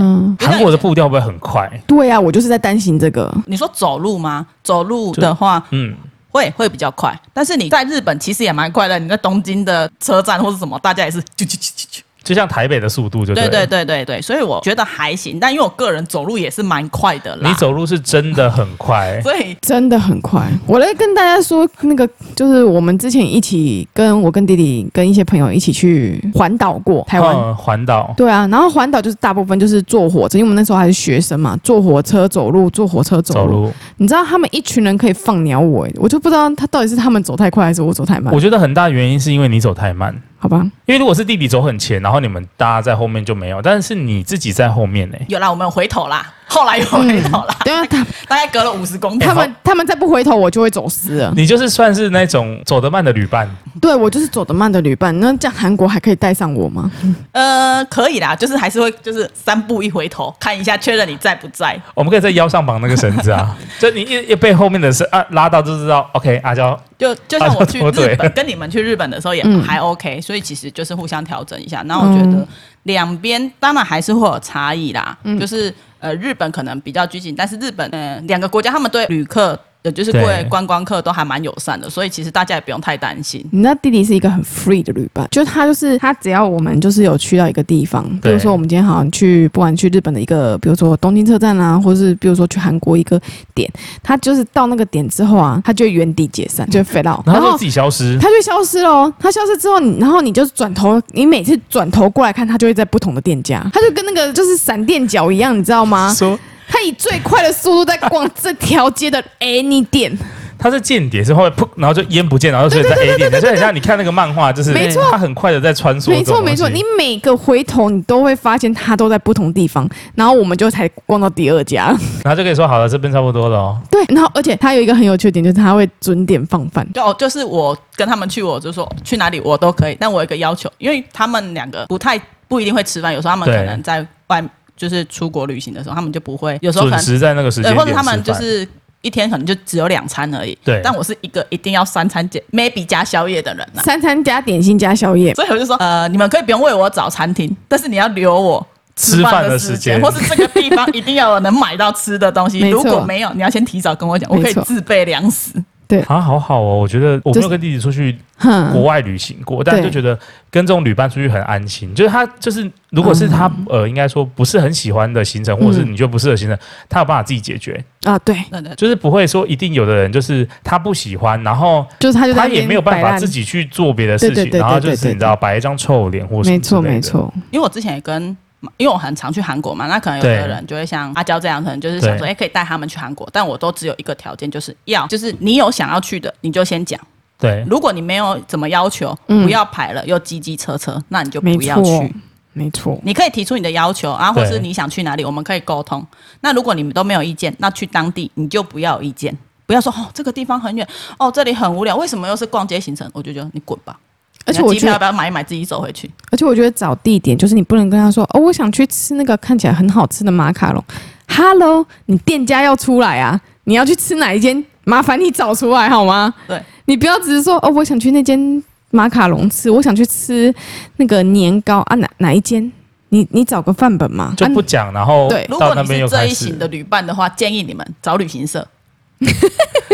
韩国的步调会不会很快？对啊，我就是在担心这个。你说走路吗？走路的话，嗯，会会比较快，但是你在日本其实也蛮快的。你在东京的车站或是什么，大家也是啾啾啾啾啾。就像台北的速度就对对对了。对对对，所以我觉得还行，但因为我个人走路也是蛮快的啦。你，走路是真的很快，所以真的很快。我来跟大家说，那个就是我们之前一起跟我跟弟弟跟一些朋友一起去环岛过台湾。嗯环岛对啊，然后环岛就是大部分就是坐火车，因为我们那时候还是学生嘛，坐火车走路，坐火车走路。走路，你知道他们一群人可以放鸟我、欸，我就不知道他到底是他们走太快还是我走太慢我。觉得很大原因是因为你走太慢。(laughs) 好吧，因为如果是弟弟走很前，然后你们大家在后面就没有，但是你自己在后面欸呢、有啦，我们有回头啦，后来有回头啦，对啊，他 (laughs) 大概隔了五十公哎分。他们他们再不回头，我就会走失了。你就是算是那种走得慢的旅伴，对我就是走得慢的旅伴，那这样韩国还可以带上我吗？呃，可以啦，就是还是会就是三步一回头看一下，确认你在不在。我们可以在腰上绑那个绳子啊，就你一一被后面的绳啊拉到就知道，OK，阿娇就就像我去啊对日本跟你们去日本的时候也嗯还 OK，、所以其实就是互相调整一下。那我觉得嗯两边当然还是会有差异啦，嗯就是呃日本可能比较拘谨，但是日本呃两个国家他们对旅客呃，就是对对观光客都还蛮友善的，所以其实大家也不用太担心。你知道弟弟是一个很 free 的旅伴，就是他就是他，只要我们就是有去到一个地方，比对如说我们今天好像去，不管去日本的一个，比如说东京车站啊，或是比如说去韩国一个点，他就是到那个点之后啊，他就会原地解散，就飞到，然后就自己消失。他就消失了哦，他消失之后，你然后你就转头，你每次转头过来看，他就会在不同的店家，他就跟那个就是闪电脚一样，你知道吗？说他啊以最快的速度在逛这条街的 any 店，他是间谍，是后来噗，然后就烟不见，然后所以在 A 点，就很像你看那个漫画，就是没错他很快的在穿梭。没错没错，你每个回头你都会发现他都在不同地方，然后我们就才逛到第二家。 (laughs) 然后就可以说好了，这边差不多了哦。对，然后而且他有一个很有趣的点，就是他会准点放饭。就哦，就是我跟他们去，我就说去哪里我都可以，但我有一个要求，因为他们两个不太不一定会吃饭，有时候他们对可能在外就是出国旅行的时候，他们就不会，有时候可准能时在那个时间对，点或者他们吃就饭是一天可能就只有两餐而已。对但我是一个一定要三餐减 maybe 加宵夜的人呐、三餐加点心加宵夜，所以我就说，呃，你们可以不用为我找餐厅，但是你要留我。吃饭饭的时时间，或是这个地方一定要有能买到吃的 (laughs) 东西。没错如果没有，你要先提早跟我讲，我可没以错自备粮食。啊，好好哦，我觉得我没就是有跟弟弟出去国哼，外旅行过，但对就觉得跟这种旅伴出去很安心。就是他，就是如果是他、呃，应该说不是很喜欢的行程，或者是嗯你觉得不适合的行程，他有办法自己解决，啊，对，那那就是不会说一定有的人就是他不喜欢，然后就是他就在他那边也没有办摆法烂自，己去做别的事对情对，对然后对就对是对你知道摆一张臭脸或什么没错之类的没，错，因为我之前也跟，因为我很常去韩国嘛，那可能有对的人就会像阿娇这样，可能就是想说，对哎、可以带他们去韩国，但我都只有一个条件，就是要，就是你有想要去的，你就先讲。对。如果你没有怎么要求，嗯不要排了，又叽叽车车，那你就没不要错去。没错，你可以提出你的要求啊，或对是你想去哪里，我们可以沟通。那如果你们都没有意见，那去当地你就不要有意见，不要说哦这个地方很远，哦这里很无聊，为什么又是逛街行程？我就觉得你滚吧。而且你的我机觉票得要不要买一买自己走回去？而且我觉得找地点就是你不能跟他说哦，我想去吃那个看起来很好吃的马卡龙。Hello，你店家要出来啊！你要去吃哪一间？麻烦你找出来好吗？对，你不要只是说哦，我想去那间马卡龙吃，我想去吃那个年糕啊，哪哪一间？你你找个范本嘛，就啊不讲，然后对如到果那你边又是这开一始型，的旅伴的话，建议你们找旅 (laughs) 行社，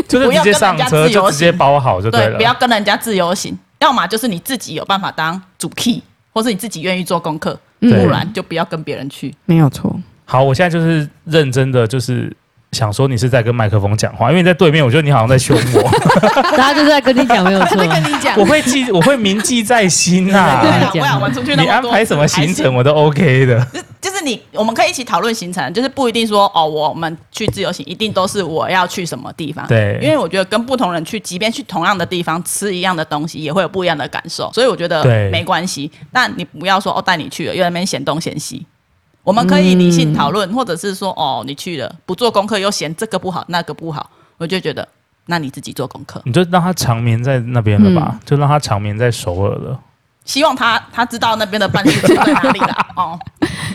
就是不直要接跟上人家车自由就直接行包好就对，了不。要跟人家自由行，要么就是你自己有办法当主 key，或是你自己愿意做功课，嗯不然就不要跟别人去。没有错，好，我现在就是认真的，就是想说你是在跟麦克风讲话，因为你在对面，我觉得你好像在凶 (laughs) 我，大家就是在跟你讲没有错，啊你讲我会记，我会铭记在心啊。对对啊，这我样想玩出去那你么安多，排什么行程？我都 OK (laughs) 的。就是你，我们可以一起讨论行程，就是不一定说哦，我们去自由行一定都是我要去什么地方。对因为我觉得跟不同人去，即便去同样的地方吃一样的东西，也会有不一样的感受。所以我觉得对没关系，但你不要说哦带你去了，又在那边嫌东嫌西。我们可以理性讨论，或者是说哦你去了不做功课又嫌这个不好那个不好，我就觉得那你自己做功课。你就让他长眠在那边了嗯。吧，就让他长眠在首尔了，希望他他知道那边的办事处在哪里啦。哦，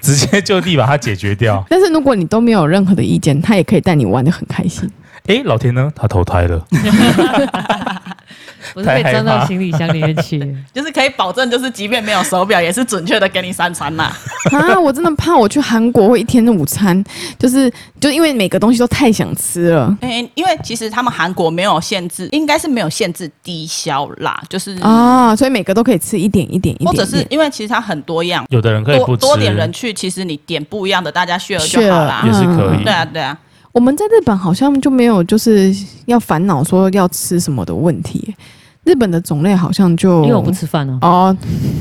直接就地把它解决掉但是如果你都没有任何的意见，他也可以带你玩的很开 (laughs) 心。诶，老田呢？他投胎了，我是被装到行李箱里面去。就是可以保证，就是即便没有手表，也是准确的给你三餐啦。 (laughs) 啊，我真的怕我去韩国会一天的午餐，就是就因为每个东西都太想吃了诶、哎因为其实他们韩国没有限制，应该是没有限制低消啦，就是、啊，所以每个都可以吃一点一点一点，嗯或者是因为其实它很多样，有的人可以不多吃，多点人去，其实你点不一样的，大家 share 就去好了啦也。是可以对啊，对啊，嗯我们在日本好像就没有就是要烦恼说要吃什么的问题，日本的种类好像就因为我不吃饭哦、哦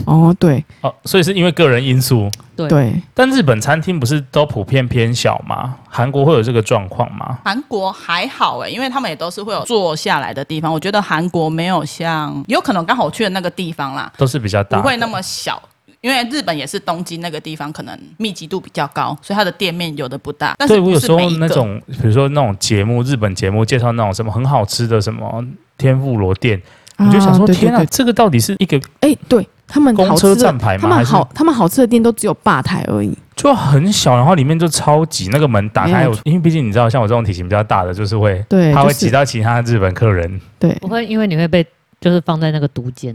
哦对哦，所以是因为个人因素。对对，但日本餐厅不是都普遍偏小吗？韩国会有这个状况吗？韩国还好哎诶、因为他们也都是会有坐下来的地方。我觉得韩国没有像，有可能刚好我去的那个地方啦，都是比较大不的，会那么小。因为日本也是东京那个地方，可能密集度比较高，所以它的店面有的不大。但是对我有不是时候每一那个种，比如说那种节目，日本节目介绍那种什么很好吃的什么天妇罗店，我就想说，啊、对天啊，对这个到底是一个对哎对。他们公好车吃站的，牌他吗？还们是好，他们好吃的店都只有吧台而已。就很小，然后里面就超级那个门打开没有有，因为毕竟你知道，像我这种体型比较大的，就是会对，他会哎就是挤到其他日本客 (laughs) 人，对我会因为你会被就是放在那个毒间，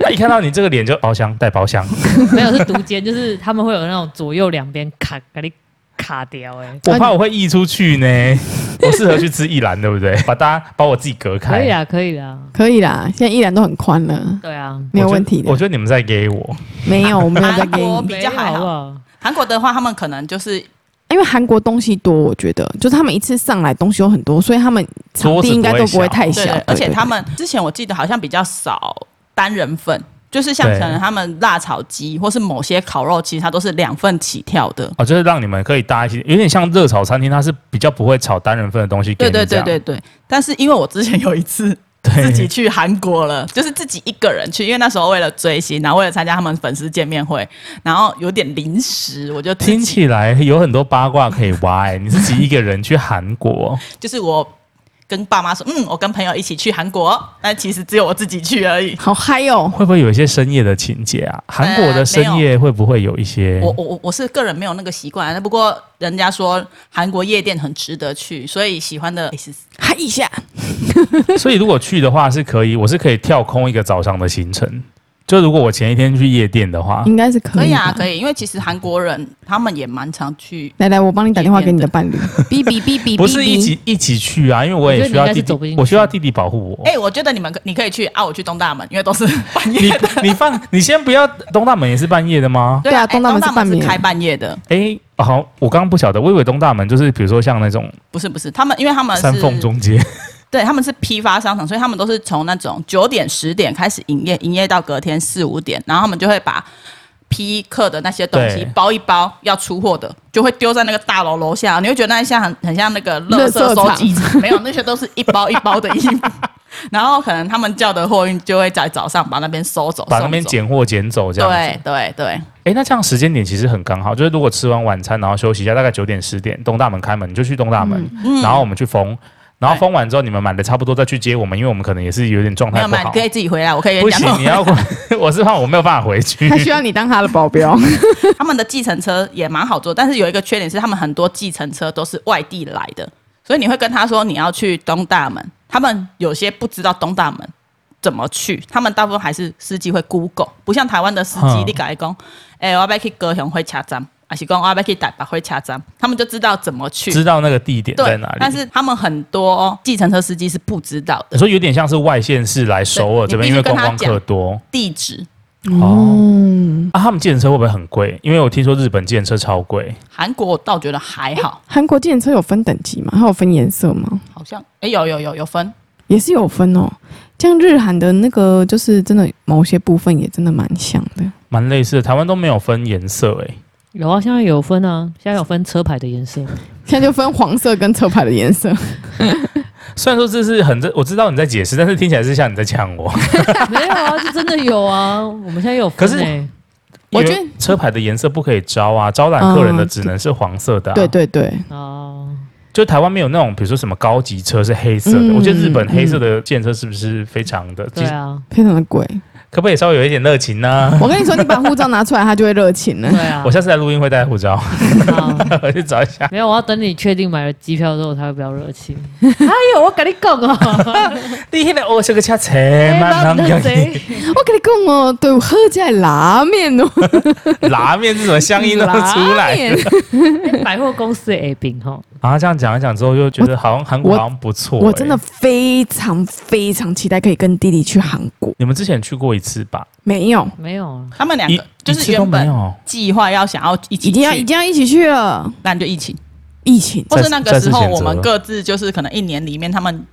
他一看到你这个脸就包厢带包厢， (laughs) 没有是毒间，就是他们会有那种左右两边砍给你卡掉哎。我怕我会溢出去呢。我适合去吃一兰，对不对？把大家把我自己隔开。可以啊，可以啦。可以啦，现在依然都很宽了，对啊，没有问题我的。觉得你们在给我，没有，我没有在韩给国你，比较没还有啊好。吧。韩国的话，他们可能就是因为韩国东西多，我觉得就是他们一次上来东西有很多，所以他们场桌子地应该都不会太对小对，，而且对他们之前我记得好像比较少单人份，就是像对可能他们辣炒鸡或是某些烤肉，其实它都是两份起跳的。哦，就是让你们可以搭一些，有点像热炒餐厅，它是比较不会炒单人份的东西给对你对对这对样对，但是因为我之前有一次 (laughs) 对自己去韩国了，就是自己一个人去，因为那时候为了追星，然后为了参加他们粉丝见面会，然后有点临时，我就自己听起来有很多八卦可以挖、欸。你自己一个人去韩国，就是我跟爸妈说，嗯，我跟朋友一起去韩国，但其实只有我自己去而已。好嗨哦！会不会有一些深夜的情节啊？韩国的深夜会不会有一些？我我我我是个人没有那个习惯，不过人家说韩国夜店很值得去，所以喜欢的嗨一下， (laughs) 所以如果去的话是可以，我是可以跳空一个早上的行程。就如果我前一天去夜店的话，应该是可可以以啊，可啊以。以，因为其实韩国人他们也蛮常去。来来，我帮你打电话给你的伴侣。啊 (laughs) 哔哔哔哔，不是一起一起去啊，因为我也需要我觉得你应该弟是走不弟进，去我需要弟弟保护我。哎、我觉得你们可你可以去啊，我去东大门，因为都是半夜 (laughs) 你的。你放你先不要，东大门也是半夜的 (laughs) 吗？对啊哎东大门是半夜是开半夜的，哎、好，我刚刚不晓得，我以为东大门就是比如说像那种不是不是，他们因为他啊们是山缝中街，对，他们是批发商场，所以他们都是从那种九点、十点开始营业，营业到隔天四五点，然后他们就会把批客的那些东西对包一包，要出货的就会丢在那个大楼楼下，你会觉得那一下很很像那个垃垃圾圾收 (laughs) 集场，没有那些都是一包一包的衣服，然后可能他们叫的货运就会在早上把那边收走，把那边送走。捡货捡走这样子。对对对，哎，那这样时间点其实很刚好，就是如果吃完晚餐然后休息一下，大概九点十点，东大门开门，你就去东大门，然后我们去封，然后封完之后你们买的差不多再去接我们，因为我们可能也是有点状没态有不没有，好可。以自己回来，我可以跟不你讲。行，你要 (laughs) 我是怕我没有办法回去他。需要你当他的保镖，他们的计程车也蛮好坐，但是有一个缺点是，他们很多计程车都是外地来的，所以你会跟他说你要去东大门，他们有些不知道东大门怎么去，他们大部分还是司机会 Google，不像台湾的司机嗯，你改讲，哎、我要不要去高雄会车站，还是讲我要不要去台北会车站，他们就知道怎么去。知道那个地点在对哪里，，但是他们很多计程车司机是不知道的你说有点像是外县市来首尔对这边，因你必须为观跟他光客讲多地址。哦。啊，他们计程车会不会很贵？因为我听说日本计程车超贵，韩国我倒觉得还好，韩国电车有分等级吗？还有分颜色吗？好像哎、有有有有分，也是有分哦。像日韩的那个，就是真的某些部分也真的蛮像的。蛮类似的。台湾都没有分颜色、欸，有啊，现在有分啊，现在有分车牌的颜 (laughs) 色。现在就分黄色跟车牌的颜色，虽然说这是很，我知道你在解释，但是听起来是像你在呛我。没有啊，就真的有啊，我们现在有分、欸。可是我因为觉得车牌的颜色不可以招啊，招揽客人的只能是黄色的、啊嗯对，对对，哦，就台湾没有那种，比如说什么高级车是黑色的。嗯我觉得日本黑色的建车是不是非常的？对其实啊，非常的贵。可不可以稍微有一点热情呢、 (laughs) 我跟你说，你把护照拿出来，他就会热情了对。啊我。下次来录音会带护照， (laughs) 好我去找一下。没有，我要等你确定买了机票之后，我才会比较热情。 (laughs) 哎呦，我跟你讲 (laughs) 哦，你那个我是个车车，哎慢慢那用谁我跟你讲哦，对，我喝在拉面哦， (laughs) 拉面这种乡音都出拉来面 (laughs) 哎百货公司的 A 饼哈，啊！这样讲一讲之后，就觉得好像韩国我好像不错、我真的欸，非常非常期待可以跟弟弟去韩国。你们之前去过一次吧？没有，没有啊，他们两一个就一是次都原没本有。计划要想要一起一定要去一定要一起去了。那就疫情，疫情再或是那再个次时候选择我们各自就是可能一年里面他们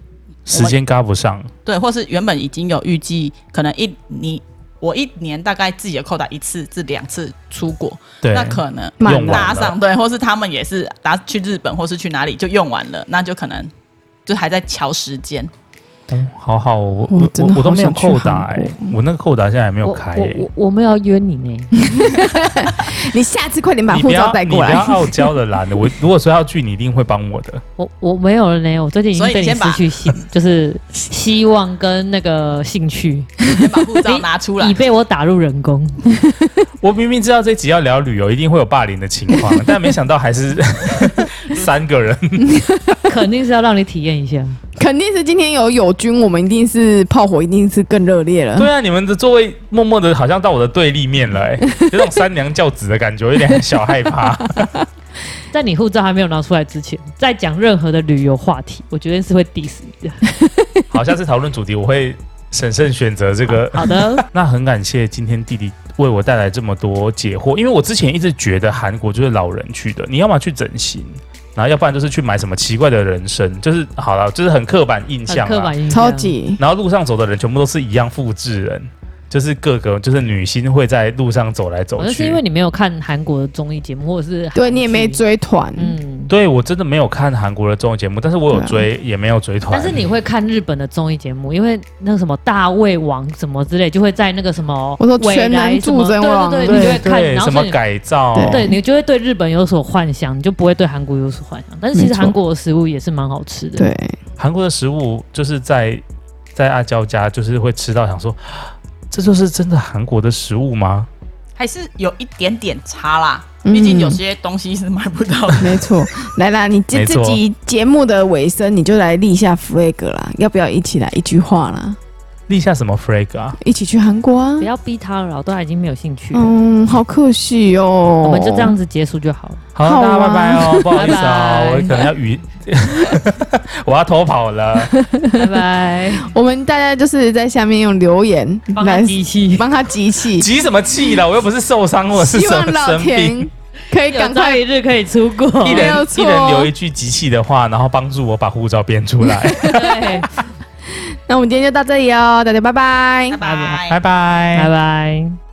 时间搭不上，对，或是原本已经有预计，可能一你我一年大概自己的扣打一次至两次出国，对，那可能满用完搭了上对，或是他们也是搭去日本或是去哪里就用完了，那就可能就还在瞧 (laughs) 时间。嗯好好，我我我哦真的我都好没有想去扣打韩哎、国我那个扣打现在还没有我开、我欸。我我们要约你呢，你下次快点把你护不要照带你过不要哦来。傲娇的啦，我如果说要去，你一定会帮我的。我我没有了呢，我最近已经所以对你你先把失去 (laughs) 兴，就是希望跟那个兴趣，先把护照拿出来哎已，被我打入人工。 (laughs) 我明明知道这集要聊旅游，一定会有霸凌的情 (laughs) 况，但没想到还是 (laughs) 三个人。肯定是要让你体验一下。 (laughs) 肯定是今天有友军，我们一定是炮火，一定是更热烈嗯了。对啊，你们的座位默默哎 (laughs) 的好像到我的对立面了、欸，有种三娘教子的感觉，有点小害怕。在你护照还没有拿出来之前，在讲任何的旅游话题，我绝对是会 diss 你的。好，下次讨论主题我会审慎选择这 (laughs) 个。好的，那很感谢今天弟弟为我带来这么多解惑，因为我之前一直觉得韩国就是老人去的，你要么去整形，然后要不然就是去买什么奇怪的人参，就是好了，就是很刻板印很象刻啦。板印象，超级然后路上走的人全部都是一样复制人，就是各个就是女星会在路上走来走好像是去因。为你没有看韩国的综艺节目，或者是对你也没韩剧，追团，嗯，对我真的没有看韩国的综艺节目，但是我有对啊追，也没有追团。但是你会看日本的综艺节目，因为那个什么大胃王什么之类，就会在那个什么我说未全来能什么助阵王对对对，你就对会看，对然后什所么以你改造？哦对你就会对日本有所幻想，你就不会对韩国有所幻想。但是其实没错韩国的食物也是蛮好吃的，，对，韩国的食物就是在在阿娇家，就是会吃到想说， (gasps) 这就是真的韩国的食物吗？还是有一点点差啦，嗯毕竟有些东西是买不到的。没错。来啦，你没这错这集节目的尾声，你就来立下 flag 啦，要不要一起来一句话啦？立下什么 flag 啊？一起去韩国啊不？要逼他了，老大已经没有兴趣了，嗯，好可惜哦。我们就这样子结束就好了。好，好大家啊拜拜 (laughs) 哦，不好意思哦，拜拜我可能要语， (laughs) 我要偷跑了。 (laughs) 哦拜拜，我们大家就是在下面用留言帮他来 (laughs) 机器，帮他集气，急什么气了？我又不是受伤或者是希什望么老生病天。可以 (laughs) 赶有朝快一日可以出 (laughs) 国。一没人有一错人留一句集气的话，然后帮助我把护照变出来。 (laughs) 对，那我们今天就到这里哦，大家拜拜拜。拜拜拜，拜拜。